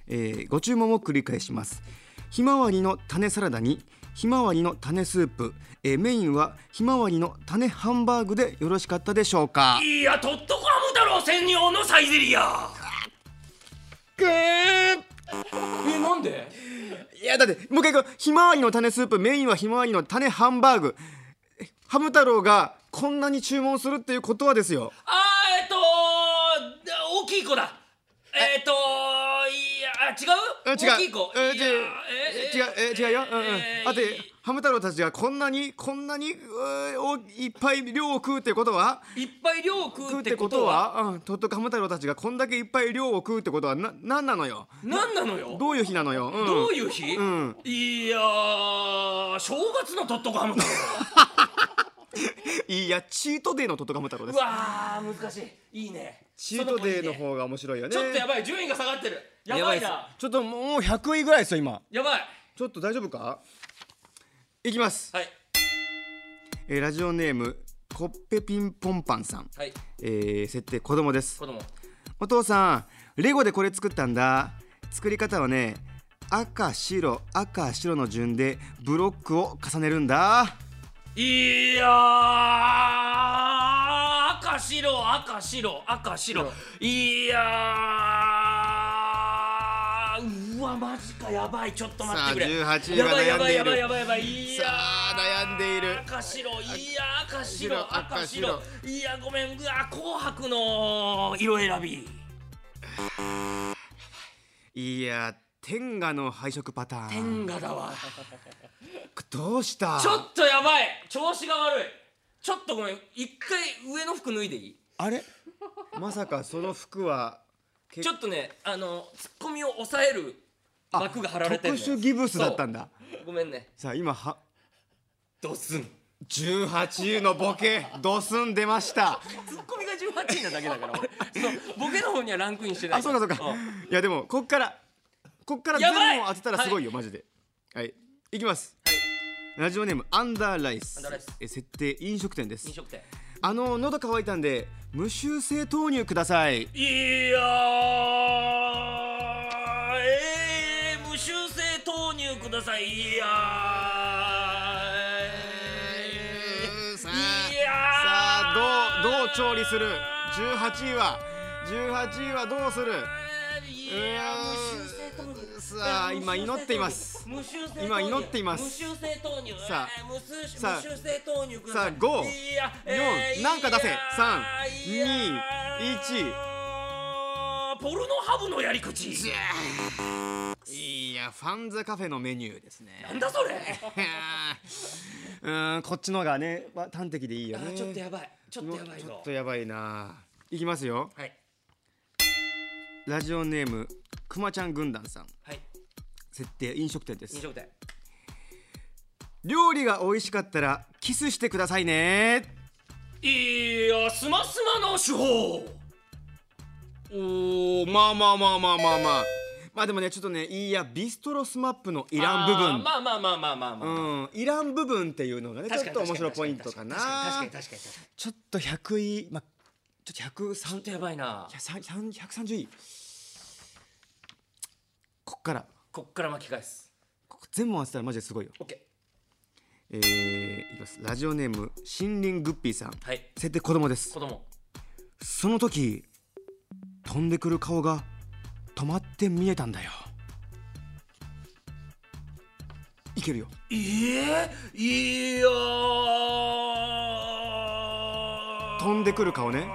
C: えーご注文を繰り返しますひまわりの種サラダにひまわりの種スープ、えーメインはひまわりの種ハンバーグでよろしかったでしょうか
B: いやとっとこハム太郎専用のサイゼリアえなんで
C: いやだってもう一回行こうひまわりの種スープメインはひまわりの種ハンバーグえハム太郎がこんなに注文するっていうことはですよ
B: あーえっと大きい子だえっといやあ違う
C: うん違う
B: 大きい子
C: うん
B: いや
C: 違う
B: え
C: 違うえ違うよ、うんうん
B: えー
C: だってハム太郎たちがこんなにこんなにうーおいっぱい量を食うってことはい
B: っぱい量を食
C: 食
B: う
C: う
B: っ
C: ってて
B: こ
C: ことと
B: は
C: は、うん、とっとくハム太郎たちがこんだけいっぱい量を食うってことはな何なのよ
B: 何なのよ
C: どういう日なのよ、うん
B: どういう日、
C: ん
B: いやー正月のとっとこハム 太郎
C: いやチートデイのとっとくハム太郎で
B: う
C: す
B: わー難しいいいね
C: チートデイの
B: そ
C: 方が面白いよね
B: 子いいねちょっとやばい順位が下がってるやばいな
C: やですちょっともう100位ぐらいですよ今
B: やばい
C: ちょっと大丈夫かいきます、
B: はい
C: えーラジオネームコッペピンポンパンさん、
B: はい
C: えー設定子供です
B: 子供
C: お父さんレゴでこれ作ったんだ作り方はね赤白赤白の順でブロックを重ねるんだ
B: いやー赤白赤白赤白いやーうわマジかやばいちょっと待ってくれ
C: さあ18位
B: や
C: が
B: ばいやばいやば
C: 悩んでいる
B: いやばいやばいいやー
C: さあ悩んでいる
B: 赤白いやー赤白
C: 白
B: 赤
C: 赤
B: 白
C: 白
B: いやごめんうわ紅白の色選 び
C: いや天下の配色パターン
B: 天下だわ
C: どうした
B: ちょっとやばい調子が悪いちょっとごめん一回上の服脱いでいい
C: あれ まさかその服は
B: ちょっとねあのツッコミを抑える枠が張られてる
C: 特殊ギブスだったんだ
B: ごめんね
C: さあ今は
B: ドスン
C: 18位のボケドスン出ました
B: ツッコミが18位なだけだから 俺そうボケの方にはランクインしてない
C: あそうかそうかいやでもこっからこっから
B: や
C: 全
B: ばい
C: 問当てたらすごいよマジではいいきますラジオネームアンダーライス
B: ンダーライス
C: え設定飲食店です
B: 飲食店
C: あの喉乾いたんで無修正豆乳ください
B: いやーえー、無修正投入くださいいやー
C: さ
B: いや
C: さあ
B: ー
C: どうどう調理する18位は18位はどうする
B: いやー無修正投入
C: さあ今祈っています
B: 無修正投入
C: 今祈っています
B: 無修正投入
C: さあ
B: えー無修正
C: さあ
B: 無修正投入くだ
C: さ
B: さ
C: あ
B: いい
C: 5
B: や
C: 4なんか出せ
B: いやいや
C: 3 2 1
B: ポルノハブのやり口
C: いやファンザカフェのメニューですね
B: なんだそれ
C: うーんこっちの方がねわ端的でいいよ
B: あ
C: ね
B: ーちょっとやばいちょっとやばい
C: ちょ
B: ぞ
C: っとやばいないきますよ
B: はい
C: ラジオネームくまちゃん軍団さん
B: はい
C: 設定飲食店で
B: 飲
C: す
B: 食店
C: 料理が美味しかったらキスしてくださいね
B: いやスマスマの手法
C: おーまあまあまあまあまあまあまあでもねちょっとねいいやビストロスマップのイラン部
B: あー
C: 分
B: まあまあまあまあまあまあ、
C: うん、イラン部分っていうのがねちょ
B: 確
C: っ
B: かに
C: と面白いポイントかな
B: 確かに確かに確かに確かに確かに
C: ちょっと100位まあちょっと103
B: ちょっとやばいない
C: やさんさん130位こっから
B: こっから巻き返す
C: ここ全部当てたらマジですごいよ
B: オッケ
C: えー、いきますラジオネーム森林グッピーさん
B: ーはい
C: 設定子供です
B: 子供
C: その時飛んでくる顔が止まって見えたんだよいけるよ
B: ええいやー
C: 飛んでくる顔ね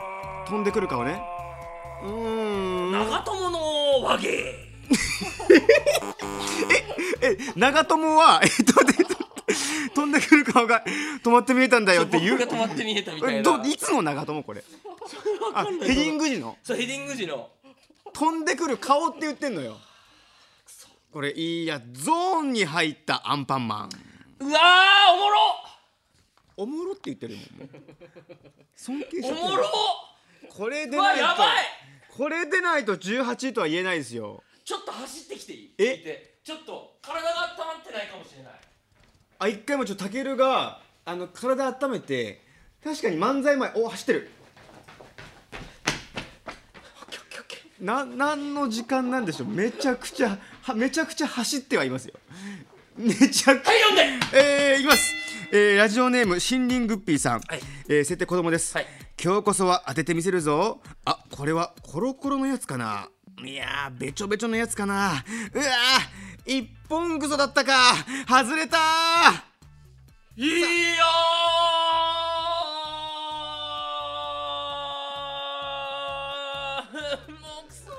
C: 飛んでくる顔ねうーん
B: 長友の和芸
C: え長友は えっとで飛んでくる顔が止まって見えたんだよって言う
B: 僕が止まって見えたみた
C: え
B: い
C: ど
B: ない
C: つの長友これあヘディング時の
B: そうヘディング時の
C: 飛んでくる顔って言ってんのよこれいいやゾーンに入ったアンパンマン
B: うわーおもろ
C: おもろって言ってるもん尊敬しち
B: お
C: ゃってる
B: もろ
C: これで
B: うわ
C: ないと
B: やばい
C: これでないと18位とは言えないですよ
B: ちょっと走ってきていい
C: え
B: 聞いてちょっと体が温まってないかもしれない
C: あ一回もちょっとたけるがあの体温めて確かに漫才前お走ってる
B: オッケーオッケーオッケー
C: な何の時間なんでしょうめちゃくちゃはめちゃくちゃ走ってはいますよめちゃくちゃ
B: はい読んで
C: えー、いきます、えーラジオネーム森林グッピーさん、
B: はい
C: えー設定子供です、
B: はい
C: 今日こそは当ててみせるぞあこれはコロコロのやつかないやーべちょべちょのやつかなうわー一本ぐそだったか外れたー
B: いやーもうくそく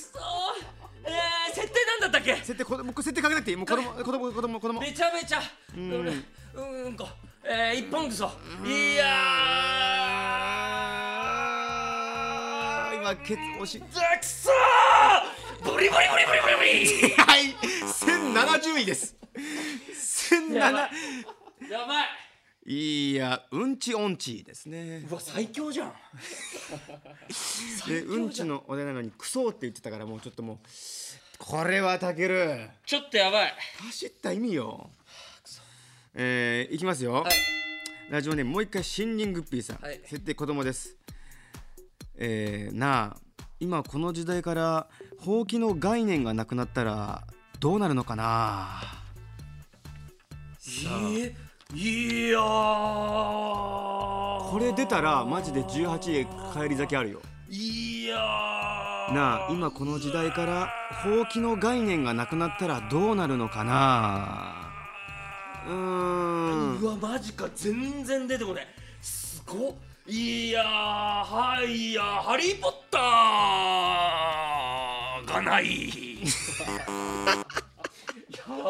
B: そえー、設定なんだったっけ
C: 設定こ僕設定かけなくていいもう子供子供子供子供
B: べちゃべちゃうんうんこえー、一本くそいや
C: あ
B: ー
C: ー今ケツ押し
B: くそーブリブリブリブリブリブ
C: はい1070位です
B: リやば
C: 1007
B: いやばい
C: いやうんちオンチですね
B: うわ最強じゃん
C: でうんちのおでなのにクソって言ってたからもうちょっともうこれはたける
B: ちょっとやばい
C: 走った意味よえー、いきますよ、ラジオネームもう一回新人グッピーさん、
B: はい
C: 設定子供ですえー、なあ今この時代からほうきの概念がなくなったらどうなるのかな
B: えー、いやー
C: これ出たらマジで18へ帰り咲きあるよ
B: いやー
C: なあ今この時代からほうきの概念がなくなったらどうなるのかなうーん
B: うわマジか全然出てこないすごっいやーはいやーハリー・ポッターがない や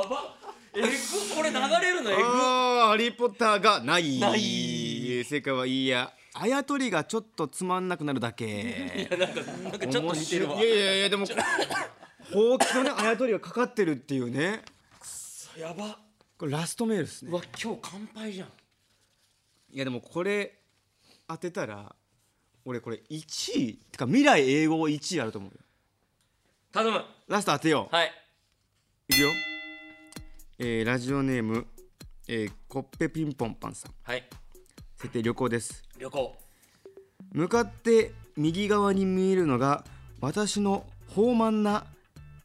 B: ばえぐこれ流れるのえぐ
C: あーハリー・ポッターがない
B: ない
C: 正解はいいやあやとりがちょっとつまんなくなるだけ
B: なんかちょっと似てるわ
C: 面白いいやいやいやでもほうきのねあやとりがかかってるっていうね
B: やば
C: これラストメールですね
B: うわ今日乾杯じゃん
C: いやでもこれ当てたら俺これ1位てか未来英語1位あると思うよ
B: 頼む
C: ラスト当てよう
B: はい
C: いくよ、えーラジオネーム、えーコッペピンポンパンさん
B: はい
C: 設定旅行です
B: 旅行
C: 向かって右側に見えるのが私の豊満な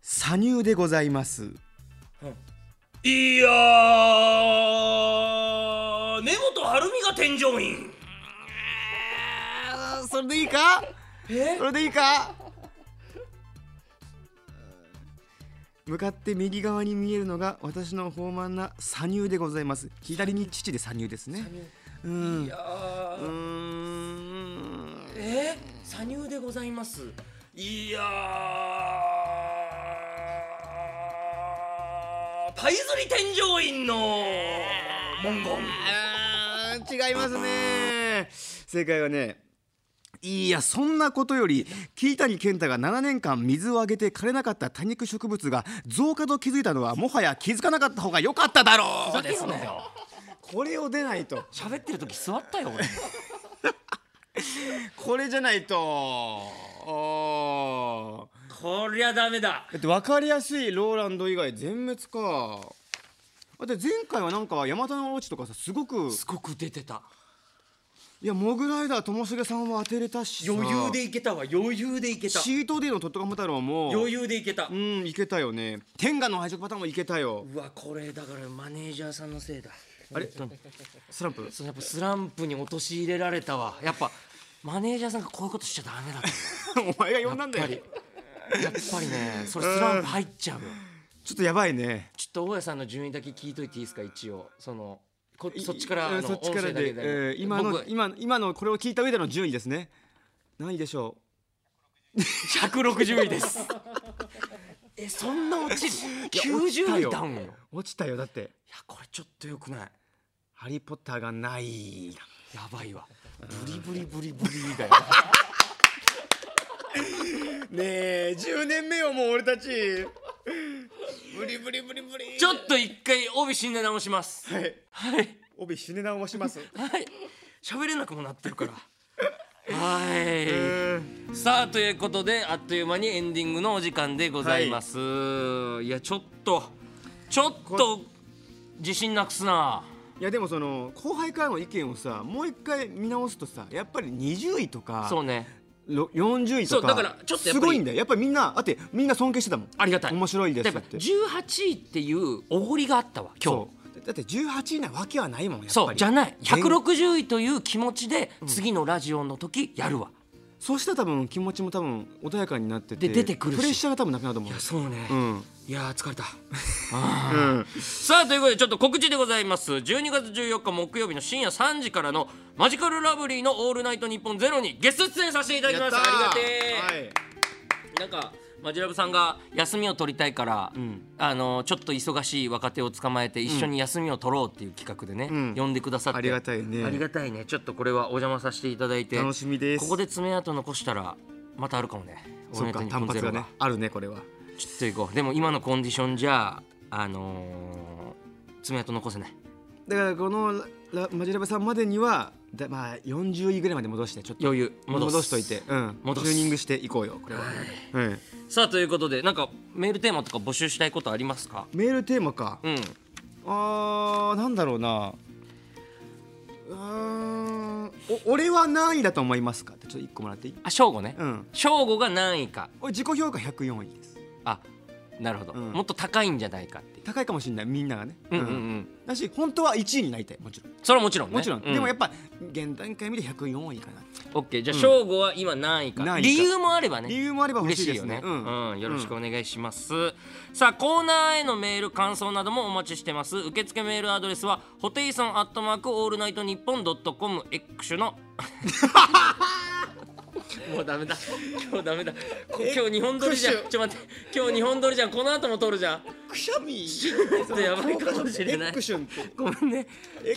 C: 左乳でございます
B: いやー根本晴美が添乗員
C: それでいいか
B: え
C: それでいいか向かって右側に見えるのが私の豊満な左乳でございます左に父で左乳ですねうん
B: あ
C: うーん
B: ーえー、左乳でございますいやーパイズリ添乗員の文言
C: あー違いますね正解はねいやそんなことより桐谷健太が7年間水をあげて枯れなかった多肉植物が増加と気づいたのはもはや気づかなかった方が良かっただろうですね
B: よ
C: これを出ないと
B: 喋ってる時座ったよ俺
C: これじゃないとあー
B: こりゃダメだ
C: だって分かりやすいローランド以外全滅かあで前回はなんかヤマタのオチとかさすごく
B: すごく出てた
C: いやモグライダーともしげさんは当てれたしさ
B: 余裕でいけたわ余裕でいけた
C: シートデイのとっとかも太郎も
B: 余裕でいけた
C: うんいけたよね天下の配色パターンもいけたよ
B: うわこれだからマネージャーさんのせいだ
C: あれスランプ
B: そうやっぱスランプに陥れられたわやっぱマネージャーさんがこういうことしちゃダメだっ
C: お前が呼んだんだよ
B: やっやっぱりねそれスランプ入っちゃうよ
C: ちょっとやばいね
B: ちょっと大家さんの順位だけ聞いといていいですか一応そのこそっちから
C: い
B: あ
C: うん
B: の
C: そっちから
B: 音声
C: で、
B: だけ
C: えー今の
B: 僕
C: 今今のこれを聞いた上での順位ですね何位でしょ
B: 160位です えそんな落ちる
C: 落ちた
B: 90
C: よ
B: 位ダウンよいや
C: う落ちたよだって
B: これちょっとよくない
C: 「ハリー・ポッター」がない
B: やばいわブリブリブリブリ以外
C: ねえ10年目よもう俺たちブリブリブリブリ
B: ちょっと一回帯死んで直します
C: はい
B: はい
C: 帯死ね直し ます
B: はい喋れなくもなってるからはい、
C: うん
B: さあということであっという間にエンディングのお時間でございます、い、やちょっとちょっと自信なくすない
C: やでもその後輩からの意見をさもう一回見直すとさやっぱり20位とか
B: そうね
C: ろ40位
B: そう
C: とか
B: だからちょっとやっぱり
C: すごいんだよやっぱりみんなあってみんな尊敬してたもん
B: ありがたい
C: 面白いです
B: やっぱ
C: って
B: 18位っていうおごりがあったわ今日
C: そうだって18位なわけはないもんやっぱり
B: そうじゃない
C: 全
B: 160位という気持ちで次のラジオの時やるわ、
C: そうしたら多分気持ちも多分穏やかになってて
B: で出てくるし
C: プレッシャーが多分なくなると思う
B: いやそうね、
C: ん
B: いやー疲れたあーさあということでちょっと告知でございます12月14日木曜日の深夜3時からのマジカルラブリーの「オールナイトニッポンゼロにゲスト出演させていただきましたありがてー
C: はい
B: なんかマジラブさんが休みを取りたいから、あのちょっと忙しい若手を捕まえて一緒に休みを取ろうっていう企画でね、
C: ん
B: 呼んでくださって
C: ありがたいね
B: ありがたいねちょっとこれはお邪魔させていただいて
C: 楽しみです
B: ここで爪痕残したらまたあるかもね
C: そっ
B: オ
C: か
B: ールナイトニッ
C: 単
B: ポン
C: 発
B: ゼロ
C: がねあるねこれは
B: ちょっと行こうでも今のコンディションじゃあのー、爪痕残せない
C: だからこのララマジラバさんまでにはだまあ40位ぐらいまで戻してちょっと
B: 余裕戻す
C: 戻しといて、うん、
B: 戻す
C: チューニングしていこうよこれは、うん
B: さあということでなんかメールテーマとか募集したいことありますか
C: メールテーマか、
B: うん
C: あーなんだろうなうーんお俺は何位だと思いますかってちょっと1個もらっていい
B: あ正吾ね
C: うん
B: 正吾、が何位か
C: 俺自己評価104位です
B: あなるほど、
C: ん
B: もっと高いんじゃないかっていう
C: 高いかもしれないみんながね、
B: うんうんうん
C: だし本当は1位になりたいもちろん、
B: それはもちろんね
C: もちろん、
B: う
C: でもやっぱ現段階見て104位かな
B: オッケーじゃあ正吾は今何位か,、
C: 何位か
B: 理由もあればね
C: 理由もあれば欲
B: 嬉し
C: しいで
B: い
C: す
B: よ
C: ね
B: ね、うんよろしくお願いします、さあコーナーへのメール感想などもお待ちしてます受付メールアドレスはホテイソンアットマークオールナイトニッポンドットコム X の もうダメだ今日ダメだこ今日日本撮りじゃんちょ待って今日日本撮りじゃんこの後も撮るじゃん
C: くしゃみ
B: ょっとやばいかもしれない
C: エックシュンって
B: ごめんね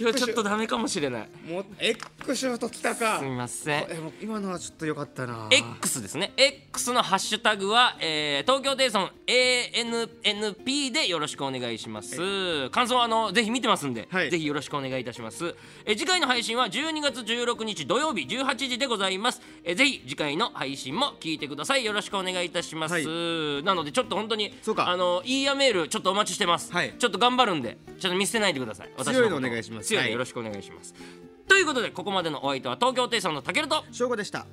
B: 今日ちょっとダメかもしれない
C: もうエックシュンときたか
B: すみません
C: えもう今のはちょっと良かったな
B: X ですね X のハッシュタグは、えー東京テイソン ANNP でよろしくお願いします感想はあのぜひ見てますんで、
C: はい
B: ぜひよろしくお願いいたしますえー次回の配信は12月16日土曜日18時でございますえーぜひ次回の配信も聞いてくださいよろしくお願いいたします、なのでちょっと本当に
C: そうか
B: あのいいやメールちょっとお待ちしてます、
C: はい
B: ちょっと頑張るんでちょっと見捨てないでください私
C: 強いの
B: こと
C: お願いします
B: 強いの
C: はい
B: よろしくお願いします、ということでここまでのお相手は東京テイソンのたけると
C: 正吾でした